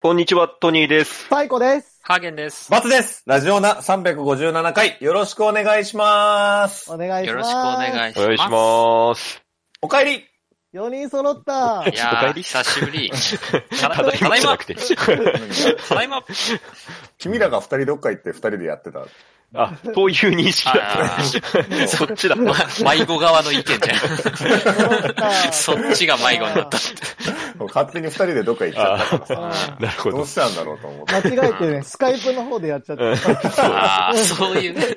こんにちは、トニーです。サイコです。ハーゲンです。バツですラジオナ357回、よろしくお願いしますお願いします。よろしくお願いしおます。願いします。お帰り4人揃 った。いちょっとや帰ー、り久しぶり。ただただただいじゃなまく、て。ただいま。君らが二人どっか行って二人でやってた。あ、そういう認識だあった。そっちだ。ま迷子側の意見じ揃ったゃん。。そっちが迷子になった。もう勝手に二人でどっか行っちゃっあたからあなるさ、ほどうど。したんだろうと思って。ー間違えてね、スカイプの方でやっちゃった。ああ、そういうね。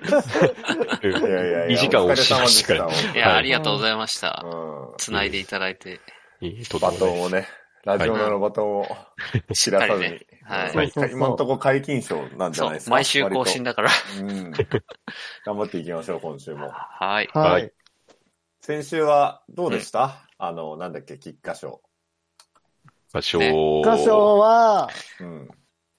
いやいやい2や。時間お疲押れし様までししたかた。ら。いやー、はいありがとうございました。うん繋いでいただいて。いいとバてトもンをね、ラジオナのバトンを知らさずに。はいそうはいそうそう今のとこ解禁賞なんじゃそないうで、すか。毎週更新だから。割と。うん。頑張っていきましょう、今週も。 はい。ははいい。先週はどうでしたあの、なんだっけ、喫下賞。歌唱。歌唱は、うん。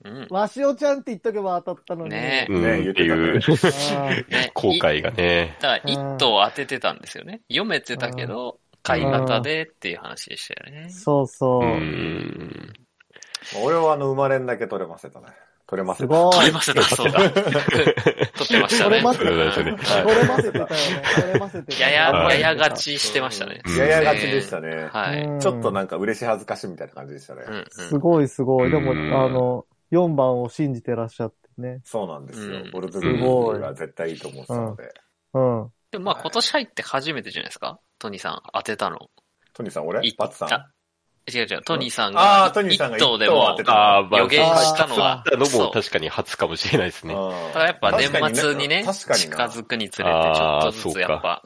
うん。わしおちゃんって言っとけば当たったのに。ねえうん、ねっていうあね後い悔がね。だから、一頭当ててたんですよね。読めてたけど、買い方でっていう話でしたよねー。そうそうう。ん。俺はあの、生まれんだけ取れませたね。取れますせた。ごい取。れませた、そうだ。取ってましたね。取れませたねはい取れませてたよね。取れませてた。 やはや、いややがちしてましたね。うんややがちでしたね。はい。うんちょっとなんか嬉し恥ずかしみたいな感じでしたね。うんすごいすごい。でも、うんあの、4番を信じてらっしゃってね。そうなんですようん。ボルトルーが絶対いいと思ってたので。うん。でもまあ今年入って初めてじゃないですかトニーさん当てたの。トニーさん、俺いバツさんあ違う違う、トニーさんああがートニー一さんが等でも一等当てたあー、まあ、予言したのは、たのそもう。確かに初かもしれないですね。うんだからやっぱ年末にね、確かにね近確かにづなくにつれて、ちょっとずつやっぱ、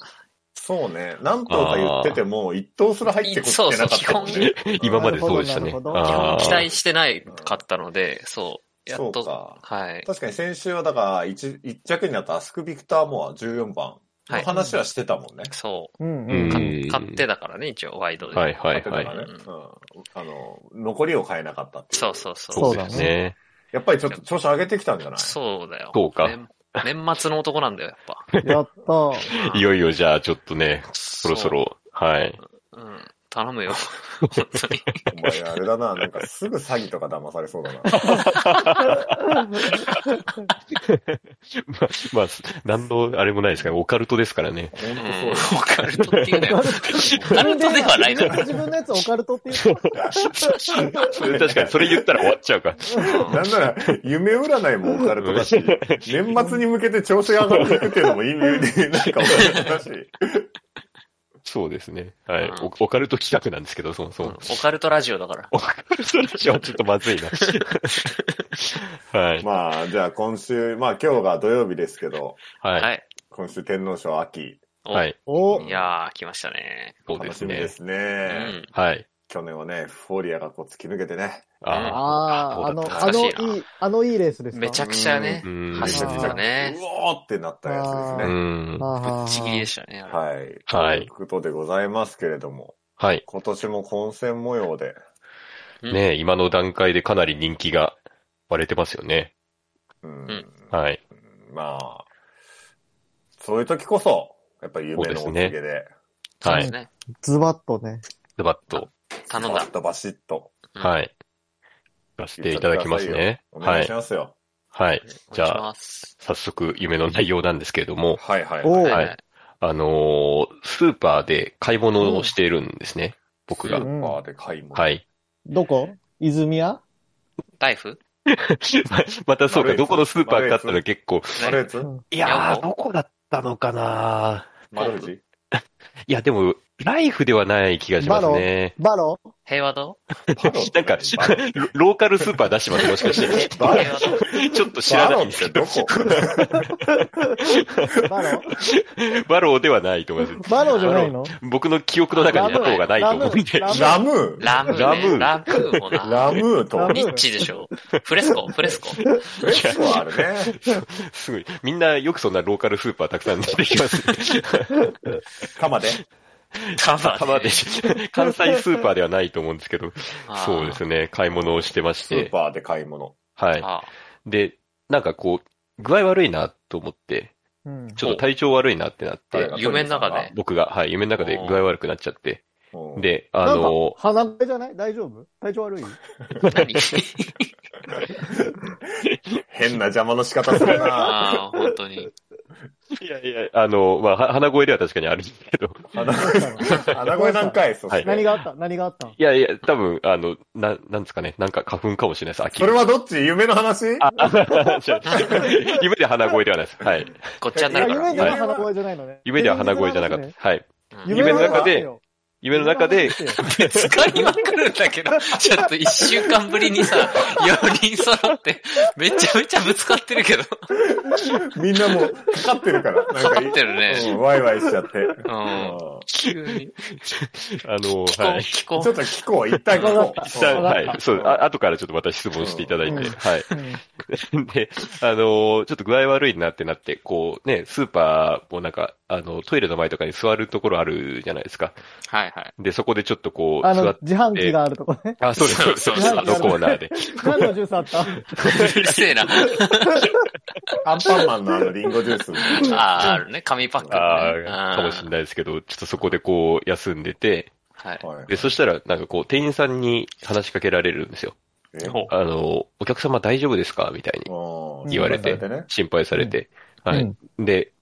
そうね。何頭か言ってても、一頭すら入ってこってなかったもんそうね。今までそうでしたねなるほ。ど基あ本ー期待してないかったので、そう、やそっうと、か。はい。確かに先週はだから一、一着になったアスク・ビクター・モア14番はのい話はしてたもんね。そうんううんう。んか買ってたからね、一応、ワイドで。はいはい勝てたはからい。ねうんあの、残りを変えなかったっていう。そうそうそう。そうですそうだね。やっぱりちょっと調子上げてきたんじゃないそうだよ。そうか年。年末の男なんだよ、やっぱ。や った。いよいよじゃあちょっとね、そそろそ。ろ、はい。うん。頼 むよ。本当に。お前、あれだな、なんかすぐ詐欺とか騙されそうだな。まあ、まあ、何のあれもないですから、オカルトですからね。ほんとうんそうオカルトっていうのよ。オカルトではないだろ。自分のやつオカルトって言ってそれ確かに、それ言ったら終わっちゃうか。だよ。なんなら、夢占いもオカルトだし、年末に向けて調子が上がっていくっていうのも意味で、なんかオカルトだし。そうですね。はいうん。オオカルト企画なんですけど、そもそうんも。オカルトラジオだから。オカルトラジオはちょっとまずいな。はい。まあ、じゃあ今週、まあ今日が土曜日ですけど、は。はいい。今週天皇賞秋、おはい。おいやー、来ましたね。そうで楽すしみねで。すね。うん。はい。去年はね、フォーリアがこう突き抜けてね、あ ああ、あそうだの、ったあの懐かしいないい、あのいいレースですかめちゃくちゃねう、ん。走ってたねう。おーってなったやつうですね。ん。あぶっちぎりでししたね。あれはい。はいということでございますけれども、はい。今年も混戦模様で、ねえ今の段階でかなり人気が割れてますよね。うんんはい。まあ、そういう時こそ、やっぱり夢のお告げで、そうはですい。ね。ズバッとね。ズバッと、頼んバだッ。とバシッとうんはい。出していただきますね。お願はいしい。ますよ。はい。お願いします。早速、夢の内容なんですけれども、はいはい。おうははいい。あのースーパーで買い物をしているんですね。僕スが。ーパーで買い物。。はいい。 どこ泉屋ライフまたそうマか、ルエツどこのスーパーかってのは結構。マルエツうんいややーー、どこだったのか なマルフジいや、でも、ライフではない気がしますね。バロ平和堂パロなんか、ロローカルスーパー出してます、もしかして。平バロ和堂ちょっと知バらなロいんっですけてどど。こバロバローではないと思います。 バロじゃないの僕の記憶の中に野党がないと思うんで。ラムラムーラムね。ラムラムもな。ラムーとラム、リッチでしょ。フレスコフレスコフレスコはあるね。すごい。みんなよくそんなローカルスーパーたくさん出てきます。鎌で。カ バたまで、関西スーパーではないと思うんですけど、そうですね。ね。買い物をしてましスーて。パーで買い物。はい。あで、なんかこう、具合悪いなと思って、うんちょっと体調悪いなってなっはてい、ー夢の中で。僕が、はい、夢の中で具合悪くなっちゃって。うん、で、あの 鼻声じゃない大丈夫体調悪い何変な邪魔の仕方す るな。ああ、本当に。いやいや、 あの、まあ、は鼻声では確かにあるんですけど。鼻声鼻声何回そして何があった何があったいやいや、多分、あの、な、なんですかね、なんか花粉かもしれないです、秋。それはどっち夢の話あじゃあ 夢で鼻声ではないです。はい。ごっちゃにいなや、るから。夢ではは鼻い声じゃないのね。夢では鼻声じゃなかった。はい。うん夢の中でよ、夢の中で、夢の中疲れまくるんだけど、ちょっと一週間ぶりにさ、4人揃って、めちゃめちゃぶつかってるけど、みんなもう、かかってるから。なんかかかってるねうんワイワイしちゃって。ううんん。急に。あの、気は候、い。気候ちょっ。と聞こう、一旦聞こう。実際わかったはい。そう、あ後からちょっとまた質問していただいて、うんはい。うん で、あのーちょっと具合悪いなってなって、こうね、スーパーもなんか、あの、トイレの前とかに座るところあるじゃないですか。はいはい。で、そこでちょっとこう、あ座のっ、自販機があるとこ ね。あそう です、そうです、そうそうでそうすそうあのコーナーで。何のジュースあったうるせえな。アンパンマンのあのリンゴジュース。ああ、あるね。紙パック、ね。ああ、かもしれい。ないですけど、ちょっとそこでこう、休んでて、はい。はいで、そしたら、なんかこう、店員さんに話しかけられるんですよ。えほうあの、お客様大丈夫ですかみたいにうん言われて心配さね、心配されて。はういん。で、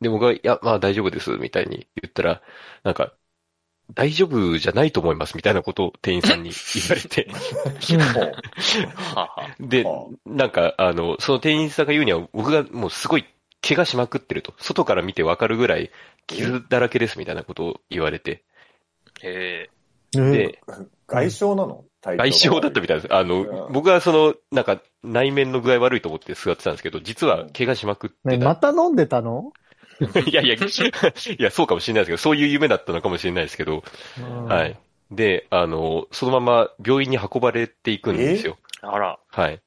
で、僕が、いや、まあ大丈夫です、みたいに言ったら、なんか、大丈夫じゃないと思います、みたいなことを店員さんに言われて。はあはあでは、なんか、あの、その店員さんが言うには、僕がもうすごい怪我しまくってると、外から見てわかるぐらい傷だらけです、みたいなことを言われて。えで、外傷なの外傷だったみたいです。あうのん、僕はその、なんか、内面の具合悪いと思って座ってたんですけど、実は怪我しまくってね、たまた飲んでたの いやいや、いや、そうかもしれないですけど、そういう夢だったのかもしれないですけど、は。はいで、あの、そのまま病院に運ばれていくんですよ。えあら。はい。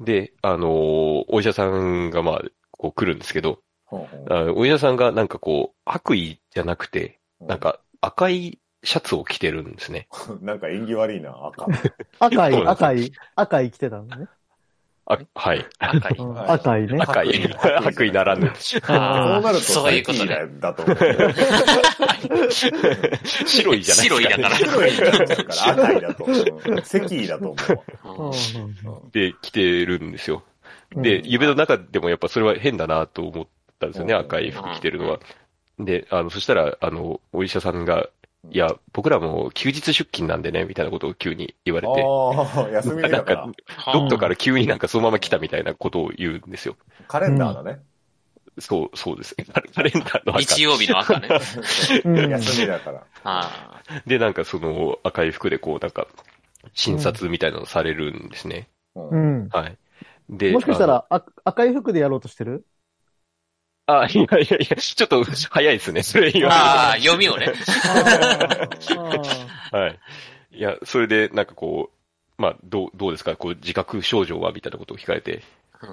で、あの、お医者さんが、まあ、こう来るんですけど、ほうほうあお医者さんがなんかこう、悪意じゃなくて、うんなんか赤いシャツを着てるんですね。なんか縁起悪いな、赤。そう赤い、なんです赤い、赤い来てたのね。あ、はい。赤 い。うんはい赤いね。赤い。白 白衣衣ならぬ。そうなるとそういうことだね。だと思う。白いじゃないですか、白いだから白いだと思うから、赤いだと思う。赤いだと思うんううんううん。で来てるんですよ。うで、ん夢の中でもやっぱそれは変だなと思ったんですよね、うん赤い服着てるのは。で、あの、そしたら、あの、お医者さんが、いや、僕らも休日出勤なんでね、みたいなことを急に言われて、ああ、休みなだんか。、からどっかから急になんかそのまま来たみたいなことを言うんですよ。カレンダーだね。そう、そう ですね。カレンダーの赤日。曜日の 赤ね。うん休みだから。あで、なんかその赤い服でこう、なんか、診察みたいなのされるんですね。ううんん。はい。で、もしかしたあのら、あ赤い服でやろうとしてるあ、いやいやいや、ちょっと早いですね、それ言あ。われるとああ、読みをね。はい。いや、それで、なんかこう、まあ、どう、どうですかこう、自覚症状はみたいなことを聞かれて。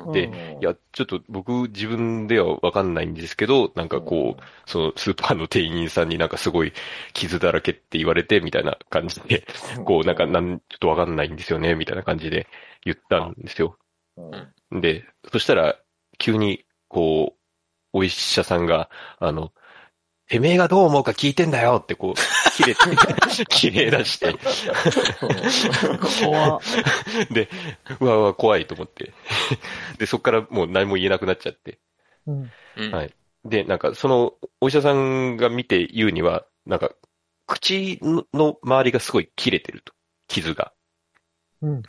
うんでうんいや、ちょっと僕、自分ではわかんないんですけど、なんかこう、その、スーパーの店員さんになんかすごい傷だらけって言われて、みたいな感じで、こう、なんか、なん、ちょっとわかんないんですよね、みたいな感じで言ったんですよ。うん、で、そしたら、急に、こう、お医者さんが、あの、てめえがどう思うか聞いてんだよって、こう、切れ て、切れ出して、怖っで、うわうわ、怖いと思って。 で、そっからもう何も言えなくなっちゃって。うんうんはいで、なんか、その、お医者さんが見て言うには、なんか、口のの周りがすごい切れてると。傷が。うんうん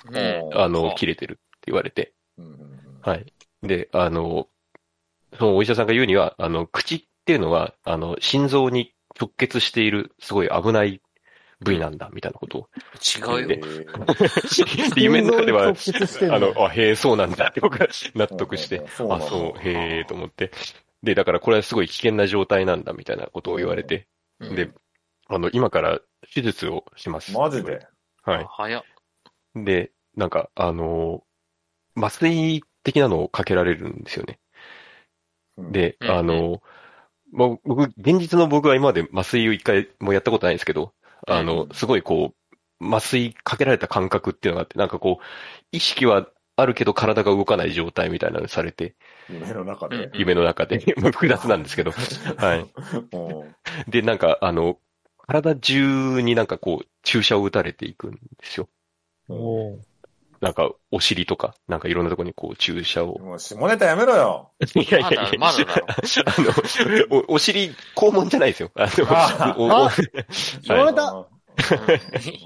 あのそ、う切れてるって言われて。うんうんはい。で、あの、そのお医者さんが言うには、あの、口っていうのは、あの、心臓に直結している、すごい危ない部位なんだ、みたいなこと を。違うでよ。で、夢の中では、心臓に直結してんのあの、あ、へえ、そうなんだって僕は納得しうてんうん、そうなあ、んだそう、へえ、と思って。で、だからこれはすごい危険な状態なんだ、みたいなことを言われて。うんで、あの、今から手術をします。マジで。は早っ。い。で、なんか、あのー麻酔的なのをかけられるんですよね。うん、で、うんうんあのーまあ僕、現実の僕は今まで麻酔を一回もやったことないんですけど、あの、すごいこう、麻酔かけられた感覚っていうのがあって、なんかこう、意識はあるけど体が動かない状態みたいなのされて、夢の中で。夢の中 で、まあ複雑なんですけど、 はい。うんで、なんか、あの、体中になんかこう、注射を打たれていくんですよ。おーなんか、お尻とか、なんかいろんなとこにこう注射を。もう下ネタやめろよ。 いやいまやいやだ、まだだろ。あの、おお尻、肛門じゃないですよ。ああの、おおあ言われたうんうん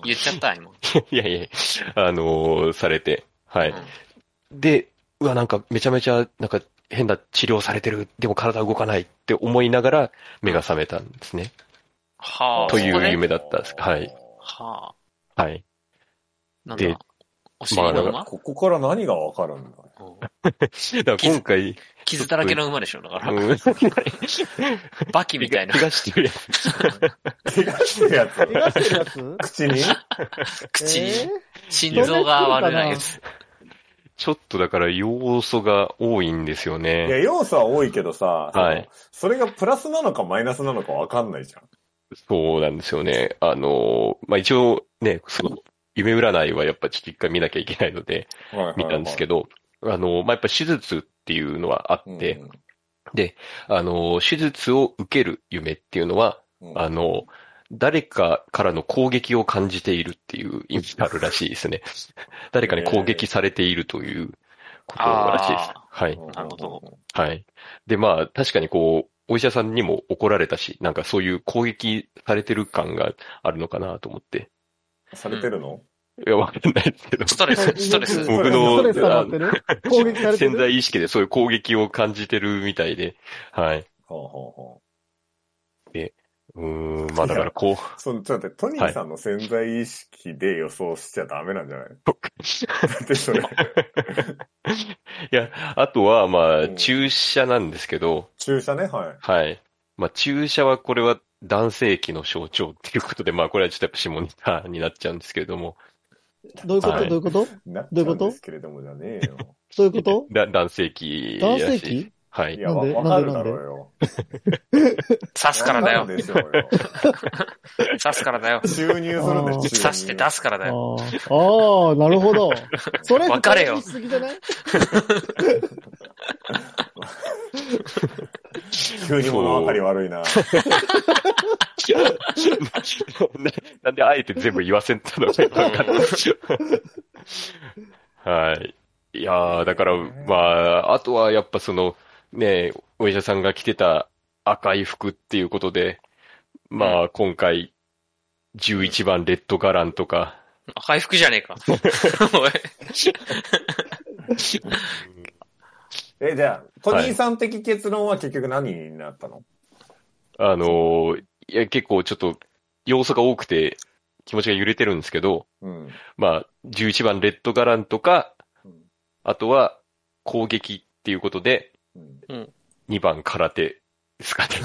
言っちゃった、 今。いやいや、あのーされて、はういん。で、うわ、なんかめちゃめちゃ、なんか変な治療されてる、でも体動かないって思いながら目が覚めたんですね。はあ。というそこで夢だったんですはい。はあ。はい。なんでだお尻のま馬ここから何がわかるんだうんだから今 回、傷だらけの馬でしょ、だう から。ん、バキみたいな怪。我してるやつ。怪我してるやつ怪我してるやつ 口に口に、え心臓が悪いやつ。ちょっとだから要素が多いんですよいや、ね。要素は多いけどさ、そのはいそれがプラスなのかマイナスなのかわかんないじゃん。そうなんですよね。あのーまあ、一応ね、その、夢占いはやっぱちょっと一回見なきゃいけないので、見たんですけど。ど、あの、まあ、やっぱ手術っていうのはあって、うんあの、手術を受ける夢っていうのは、うんあの、誰かからの攻撃を感じているっていう意味があるらしい ですね。誰かに攻撃されているということらしいですあ。はい。うんなるほどはい。で、まあ、確かにこう、お医者さんにも怒られたし、なんかそういう攻撃されてる感があるのかなと思って。されてるのいや、わかんないですけど。ストレス、ストレス。僕スのトレス溜まってる攻撃されて潜る在意識でそういう攻撃を感じてるみたいで、はい。ほうほうほうーん、まあだからこう。そのちょっと待って、トニーさんの潜在意識で予想しちゃダメなんじゃない、だってそれ、う。いや、あとはまあうん注射なんですけど、注射ね、はい。はい。まあ注射はこれは男性器の象徴っていうことで、まあこれはちょっとやっぱ下ネタになっちゃうんですけれども、どういうこと、はいどういうことなっどういうたこんとですけれどもじゃねえよ。どういうことだ男性器ら男しい性器はいい。や、わなんでわかるだろうよ。刺すからだなんよ。でしょうよ。刺すからだよ。注入するんだよ、あー注入刺して出すからだあよ。ーあー、なるほど。それ、わかれ深入よりしすぎじゃない急に物分かり悪い な。ななんであえて全部言わせたのかよくわかんないはい。いやーだから、まあ、あとはやっぱその、ね、お医者さんが着てた赤い服っていうことで、まあ、今回、11番レッドガランとか、赤い服じゃねえ か。おいえ、じゃあ、トニーさん的結論は結局何になったの、あのーいや、結構ちょっと、要素が多くて、気持ちが揺れてるんですけど、うん。まあ、11番レッドガランとか、うんあとは、攻撃っていうことで、うん2番空手ですかね。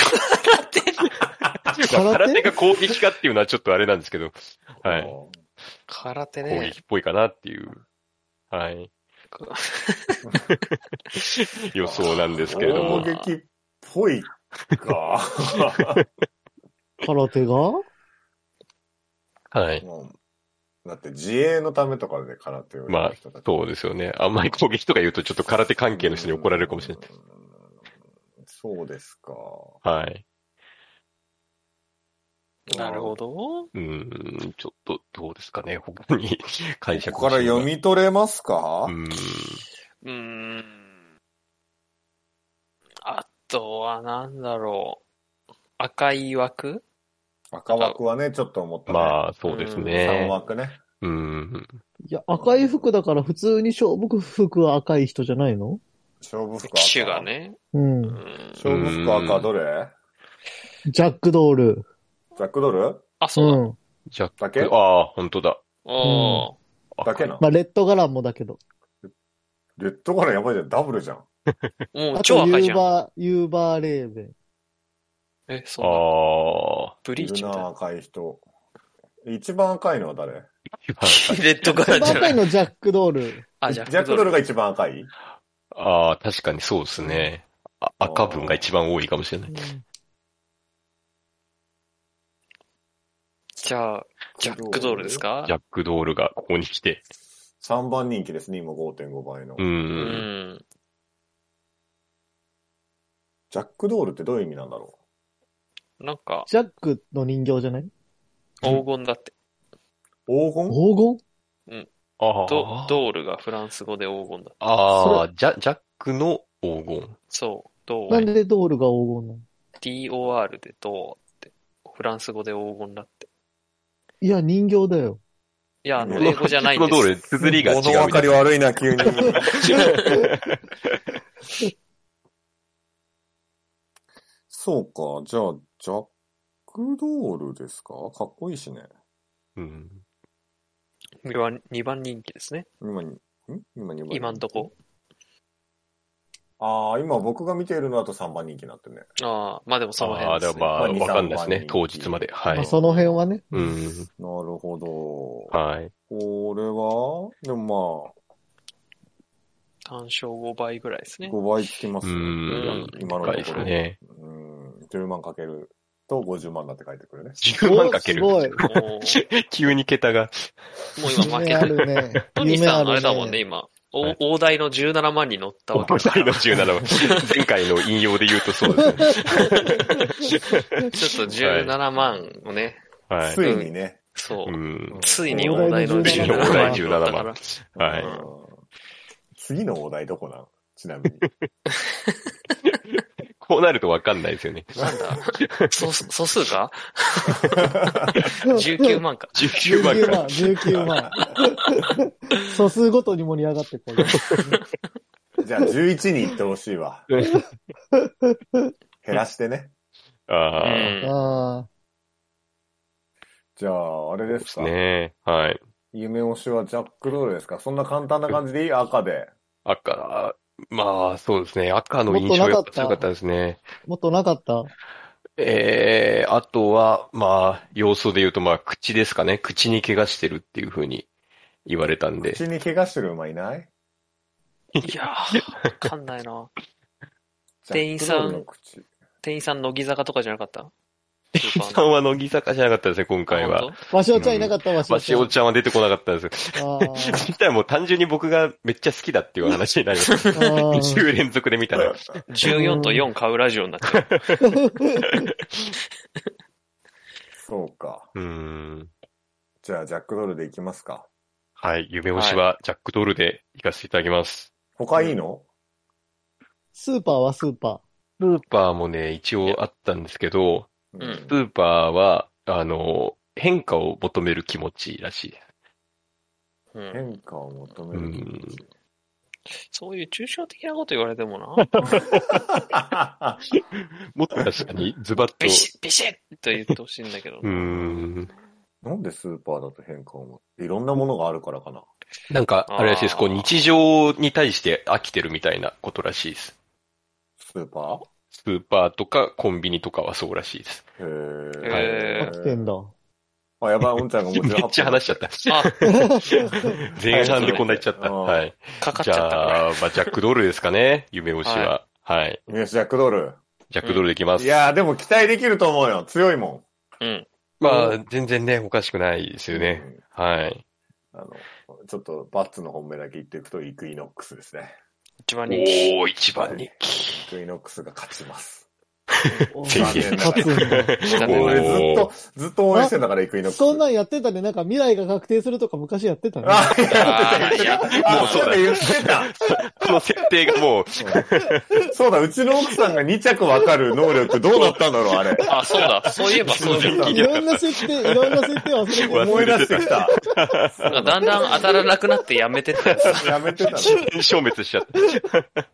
空手空手空手が攻撃かっていうのはちょっとあれなんですけど、はい。い。空手攻ね撃。っぽいかなっていう、 はい。予想なんですけれど攻も。撃っぽいか。空手がはい。もうだって自衛のためとかで空手をやる人たちそうですよね。あんまり攻撃とか言うとちょっと空手関係の人に怒られるかもしれない。い。そうですか。はい。なるほど。うーん、ちょっとどうですかね。他に解釈ここから読うみ取れますか、ーん。うーん。あとはなんだろう。赤い枠赤枠はね、ちょっと思ったね。まあ、そうです3ね。枠ね。うん。いや、赤い服だから普通に勝負服は赤い人じゃないの勝負服赤。機種が。ね。うんう。ん。勝負服赤どれジャックドール。ザックドルあ、そうだ。うん。ジャック。だけああ、本当だ。おー。だけな。まあ、レッドガランもだけど。レッドからやばいじゃん。ダブルじゃん。もうあ超と、ユ赤いじーゃん。バー、ユーバーレーベン。え、そうだ。ああ。ブいリーるチみたいな、赤い人。一番赤いのは誰な。 レッドカラー じ一ゃ番高ない い。のジャックドール。あ、ジじャゃックドルが一番赤いああ、確かにそうですね。あ赤分が一番多いかもしれない。じゃあ、ジャックドールですかジャックドールがここに来て。 ?3 番人気ですね、今5.5倍の。う。うんん。ジャックドールってどういう意味なんだろなんか、ジャックの人形じゃない黄金だって。う黄金黄ああ。ド、ドールがフランス語で黄金だ。ああ、ジャ、ジャックの黄金。そう、ドなーんル。でドールが黄金なの DOR でドーって。フランス語で黄金だって。いや、人形だよ。いや、あの、英語じゃないんこのドー でル、綴りが違うみ物たい分かり悪いな、急に。そうか、じゃあ、ジャックドールですかかっこいいしね。うん。す。2番二番人気ですね。今に、ん今に今んとこ。ああ、今僕が見ているのだと3番人気になってるね。ああ、まあでもそのああ、辺だでかす、ね。らまあ、まあわかんないですね2。当日まで。はまあ、い。その辺はね。うん。なるほど。はい。これは、でも単勝5倍ぐらいです まあ、ね。 5倍いきますねうん今の高ところ。いですね。うん、10万かけると50万だって書いてくるね。 10万かける。おすごい。おーもう急に桁が。今負け夢あてる。るね。 トニーさん、あれだもんね、夢今。はおい大台の17万に乗ったわけおだか題らの17は、前回の引用で言うとそうですね。ちょっと17万をね、はい。ついにね。そうう。ん。ついに大台のついに17大万台に17乗ったから万。。はいうん次のお題どこなんちな みに。こうなるとわかんないですよね。なんだ素数素数かあるね ?19 万か。 19万19か万、19万。 素数ごとに盛り上がってこい。じゃあ11に行ってほしいわ。減らしてね。ら。あうあ。ん。あじゃあ、あれですか。ねえ。はい。夢推しはジャックドールですかそんな簡単な感じでいい赤で。赤、まあ、そうですね。赤の印象やっぱ強かったですね。ーもっとなかったえー、あとは、まあ、要素で言うと、まあ、口ですかね。口に怪我してるっていうふうに言われたんで。口に怪我してる馬いないいやー、わかんない な。ジャックドールの口。店員さん、乃木坂とかじゃなかった店員さんは乃木坂じゃなかったですね、今回は。。わしおちゃんいなかったわしまおあ、ちしゃん。おちゃんは出てこなかったんです。あそしたらもう単純に僕がめっちゃ好きだっていう話になりま した。ーあー。 10連続で見たら。本当14と4買うラジオになっちゃう。そうか。うーん。じゃあ、ジャックドールで行きますか。はい。夢推しはジャックドールで行かせていただきます。他いいの、 スーパーはスーパスーパーもね、一応あったんですけど、んうんスーパーは、あの、変化を求める気持ちらしいです。うん、変化を求める気持ち。そういう抽象的なこと言われてもな、もっと確かにズバッと。ビシッ、ビシッと言ってほしいんだけどうー。ん。なんでスーパーだと変化を持っていろんなものがあるからかな。なんか、あーあれらしいです。こう、日常に対して飽きてるみたいなことらしいです。スーパースーパーとかコンビニとかはそうらしいです。へへー。飽ーきてんだ。あ、やばい、おんちゃんがもうめ18分っちゃ話しちゃった。あ、前半でこんな言っちゃった。ははいい。かかっじちゃったかゃら。あ、まあ、ジャックドールですかね。夢星は。はい。よし、ジャックドール。ジャックドールできます。いやー、でも期待できると思うよ。強いもうん。まあ、全然ね、おかしくないですん。よね。うん。はい。あの、ちょっとバッツの本命だけ言っていくと、イクイノックスですね。一番人気。おー、一番人気。イクイノックスが勝ちます。ぜひ勝つんだ。だね俺ずっおと、ずっと応援してたから、イクイノックス。 そんなんやってたね。なんか未来が確定するとか昔やってたね。あ、やってあーいやた。もうそうだ言ってた。この設定がもう、そうだ、うちの奥さんが2着わかる能力どうなったんだろう、あれ。あ、そうだ。そういえばそうだ。 いろんな設定、いろんな設定忘れてる。思い出してきた。なんかだんだん当たらなくなってやめてったやつ。や めてた消滅しちゃった。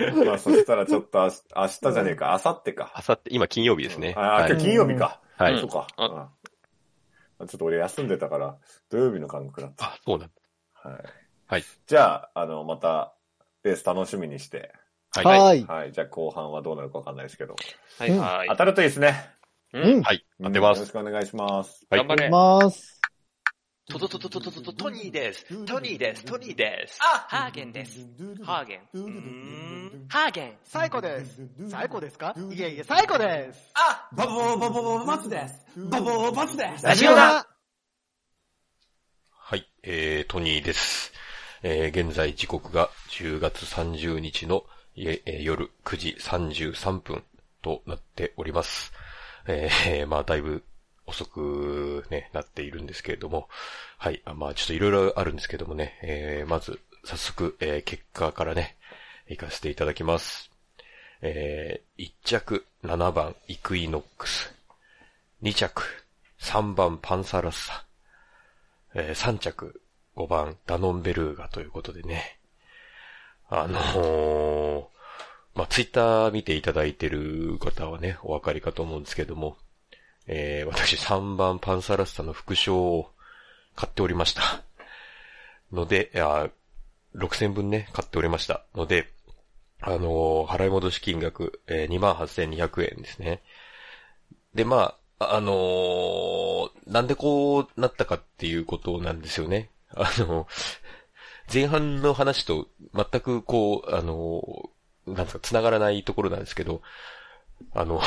の。まあ、そしたらちょっと明日、明日じゃねえか、明後日か。あさって、今金曜日ですね。あ、は今い日。金曜日か。はうんいそう。か。あうんちょっと俺休んでたから、土曜日の感覚だった。あ、そうなんはい。はい。じゃあ、あの、また、レース楽しみにして。だ。はい。はい。はい。じゃあ後半はどうなるかわかんないですけど。はいはい当。たるといいですね。うん。はい。当てうんよまろすし。くお願いします。はい頑張れ。ます。トトトトトトトトトニーです。トニーです。トニーです。あ、ハーゲンです。。ハーゲン。うーんハーゲン。サイコです。サイコですかいえいえ、サイコです。あ、バボーバボーバツです。バボーバツです。ラジオだはい、えー、トニーです。えー、現在時刻が10月30日の、ええー夜9時33分となっております。えー、まあだいぶ 遅くね、なっているんですけれども、はい。あまあ、ちょっといろいろあるんですけどもね、えー、まず、早速、えー、結果からね、行かせていただきます。えー、1着、7番、イクイノックス。2着、3番、パンサラッサ。えー、3着、5番、ダノンベルーガということでね。あのー、まあ、ツイッター見ていただいてる方はね、お分かりかと思うんですけども、えー、私3番パンサラッサの副賞を買っておりました。ので、あー6000分ね、買っておりました。ので、あのー払い戻し金額、えー、28,200円ですね。で、まあ、あのーなんでこうなったかっていうことなんですよね。あの前半の話と全くこう、あのーなんですか、繋がらないところなんですけど、あの、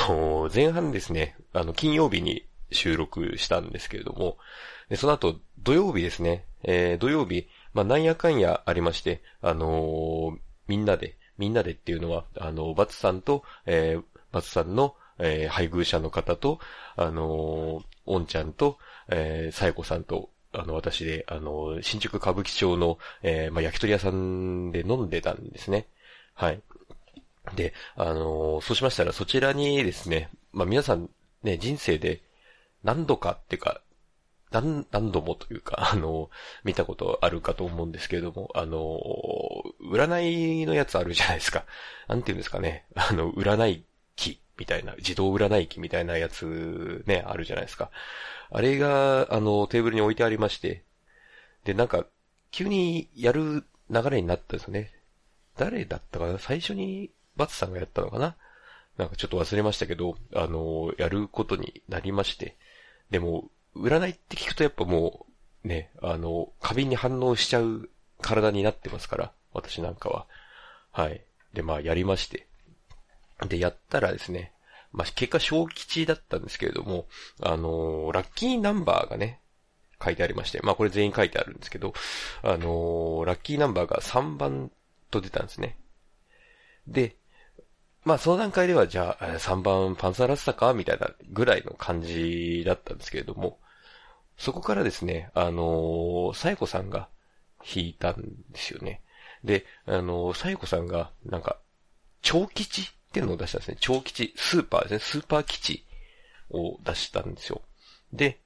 前半ですね、あの、金曜日に収録したんですけれども、でその後、土曜日ですね、えー土曜日、まあ、なんやかんやありまして、あのーみんなで、みんなでっていうのは、あの、バツさんと、えーバツさんの、えー配偶者の方と、あのーおんちゃんと、えー、さえこさんと、あの、私で、あのー新宿歌舞伎町の、えーまあ、焼き鳥屋さんで飲んでたんですね。はい。で、あのーそうしましたらそちらにですね、まあ、皆さんね、人生で何度かっていうか、何、何度もというか、あのー見たことあるかと思うんですけれども、あのー占いのやつあるじゃないですか。なんていうんですかね、あの、占い機みたいな、自動占い機みたいなやつね、あるじゃないですか。あれが、あの、テーブルに置いてありまして、で、なんか、急にやる流れになったんですよね。誰だったかな最初にバツさんがやったのかななんかちょっと忘れましたけど、あの、やることになりまして。でも、占いって聞くとやっぱもう、ね、あの、過敏に反応しちゃう体になってますから、私なんかは。はい。で、まあ、やりまして。で、やったらですね、まあ、結果小吉だったんですけれども、あのーラッキーナンバーがね、書いてありまして、まあ、これ全員書いてあるんですけど、あのーラッキーナンバーが3番と出たんですね。で、まあ、その段階では、じゃあ、えー3番パンサーラッサかみたいなぐらいの感じだったんですけれども、そこからですね、あのー、サエコさんが弾いたんですよね。で、あのー、サエコさんが、なんか、超吉っていうのを出したんですね。超吉、スーパーですね。スーパー吉を出したんですよ。で、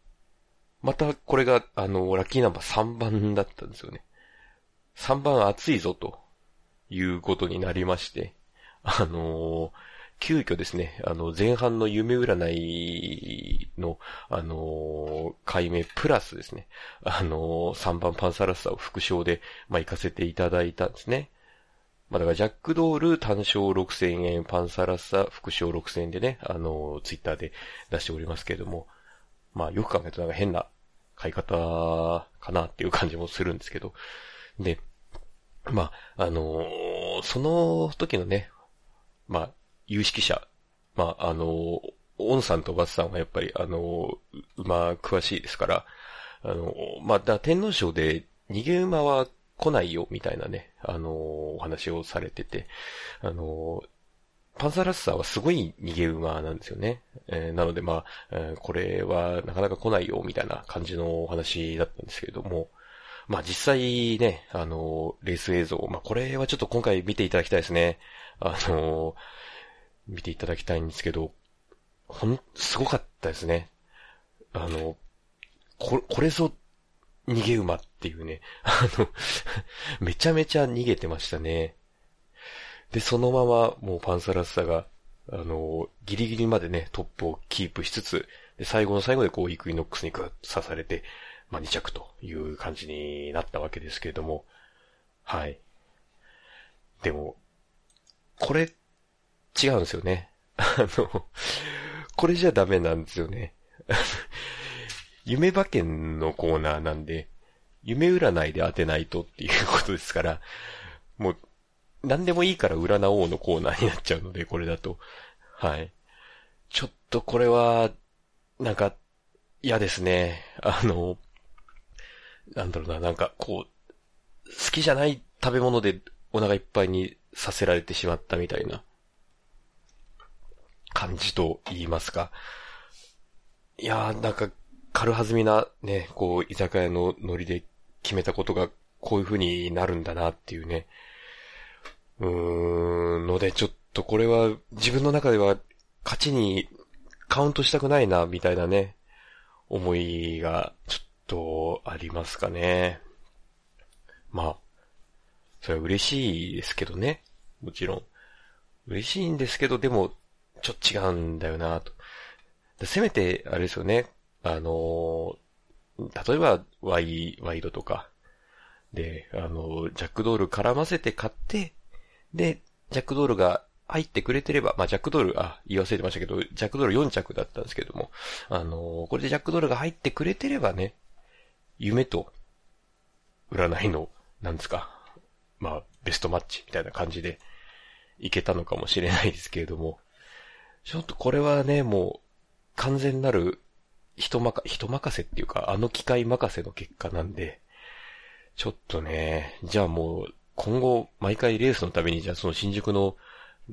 またこれが、あの、ラッキーナンバー3番だったんですよね。3番暑いぞということになりまして、あのー急遽ですね、あの、前半の夢占いの、あのー解明プラスですね、あのー3番パンサラッサを副賞で、まあ、行かせていただいたんですね。まあ、だから、ジャックドール単勝6000円、パンサラッサ副賞6000円でね、あの、ツイッターで出しておりますけれども、まあ、よく考えるとなんか変な買い方かなっていう感じもするんですけど、で、まあ、あのーその時のね、まあ、有識者、まあ、あのーオンさんとバツさんはやっぱり、あのーう馬詳しいですから、あのーまあ、だから天皇賞で逃げ馬は来ないよ、みたいなね、あのーお話をされてて、あのーパンサーラッサーはすごい逃げ馬なんですよね。えーなのでまあ、えーこれはなかなか来ないよ、みたいな感じのお話だったんですけれども、まあ実際ね、あのーレース映像、まあこれはちょっと今回見ていただきたいですね。あのー見ていただきたいんですけど、ほん、すごかったですね。あの、こ、これぞ逃げ馬っていうね。 あの、めちゃめちゃ逃げてましたね。で、そのまま、もうパンサラッサが、あの、ギリギリまでね、トップをキープしつつ、で、最後の最後でこう、イクイノックスに刺されて、まあ、2着という感じになったわけですけれども、はい。でも、これ、違うんですよね。 あの、これじゃダメなんですよね。夢馬券のコーナーなんで、夢占いで当てないとっていうことですから、もう、何でもいいから占おうのコーナーになっちゃうので、これだと。はい。ちょっとこれは、なんか、嫌ですね。あの、なんだろうな、なんかこう、好きじゃない食べ物でお腹いっぱいにさせられてしまったみたいな感じと言いますか。いやー、なんか、軽はずみな、ね、こう、居酒屋のノリで決めたことが、こういう風になるんだなっていうね。うーん、ので、ちょっとこれは、自分の中では、勝ちにカウントしたくないな、みたいなね、思いが、ちょっと、ありますかね。まあ、それは嬉しいですけどね。もちろん。嬉しいんですけど、でも、ちょっと違うんだよな、と。でせめて、あれですよね。あのー例えば、ワイ、ワイドとか。で、あのージャックドール絡ませて買って、で、ジャックドールが入ってくれてれば、まあ、ジャックドール、あ、言い忘れてましたけど、ジャックドール4着だったんですけども、あのーこれでジャックドールが入ってくれてればね、夢と、占いの、なんですか、まあ、ベストマッチみたいな感じで、いけたのかもしれないですけれども、ちょっとこれはね、もう、完全なる人まか、人任せっていうか、あの機械任せの結果なんで、ちょっとね、じゃあもう、今後、毎回レースのために、じゃあその新宿の、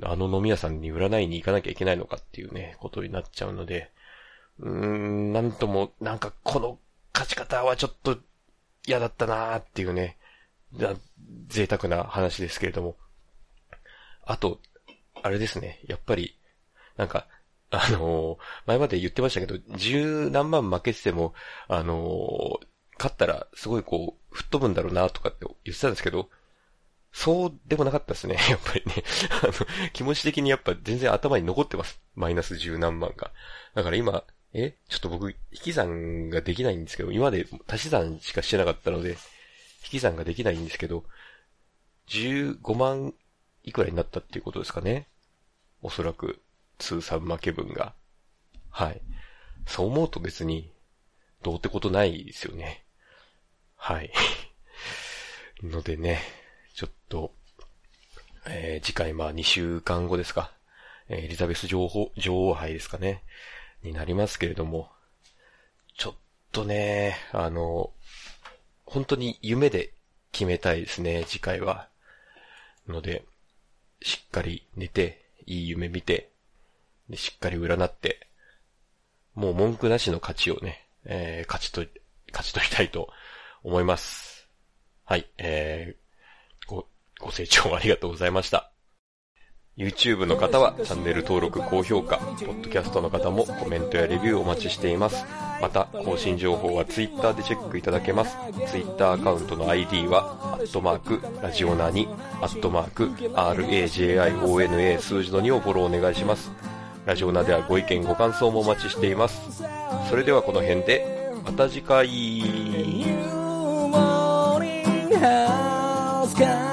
あの飲み屋さんに占いに行かなきゃいけないのかっていうね、ことになっちゃうので、うーん、なんとも、なんかこの勝ち方はちょっと嫌だったなーっていうね、な贅沢な話ですけれども。あと、あれですね、やっぱり、なんか、あのー前まで言ってましたけど、十何万負けてても、あのー勝ったらすごいこう、吹っ飛ぶんだろうなとかって言ってたんですけど、そうでもなかったですね、 やっぱりね。あの、気持ち的にやっぱ全然頭に残ってます。マイナス十何万が。だから今、え、ちょっと僕、引き算ができないんですけど、今まで足し算しかしてなかったので、引き算ができないんですけど、15万いくらになったっていうことですかね。おそらく、通算負け分が。はい。そう思うと別に、どうってことないですよね。はい。 のでね、ちょっと、えー次回まあ2週間後ですか。えーエリザベス女王女王杯ですかね。になりますけれども、ちょっとね、あの、本当に夢で決めたいですね、次回は。ので、しっかり寝て、いい夢見て、でしっかり占って、もう文句なしの勝ちをね、えー勝ちと、勝ち取りたいと思います。はい、えーご、ご清聴ありがとうございました。YouTube の方はチャンネル登録、高評価、Podcast の方もコメントやレビューお待ちしています。また、更新情報は Twitter でチェックいただけます。Twitter アカウントの ID は、アットマーク、ラジオナに、アットマーク、RAJIONA 数字の2をフォローお願いします。ラジオナではご意見、ご感想もお待ちしています。それではこの辺で、また次回。 New morning has come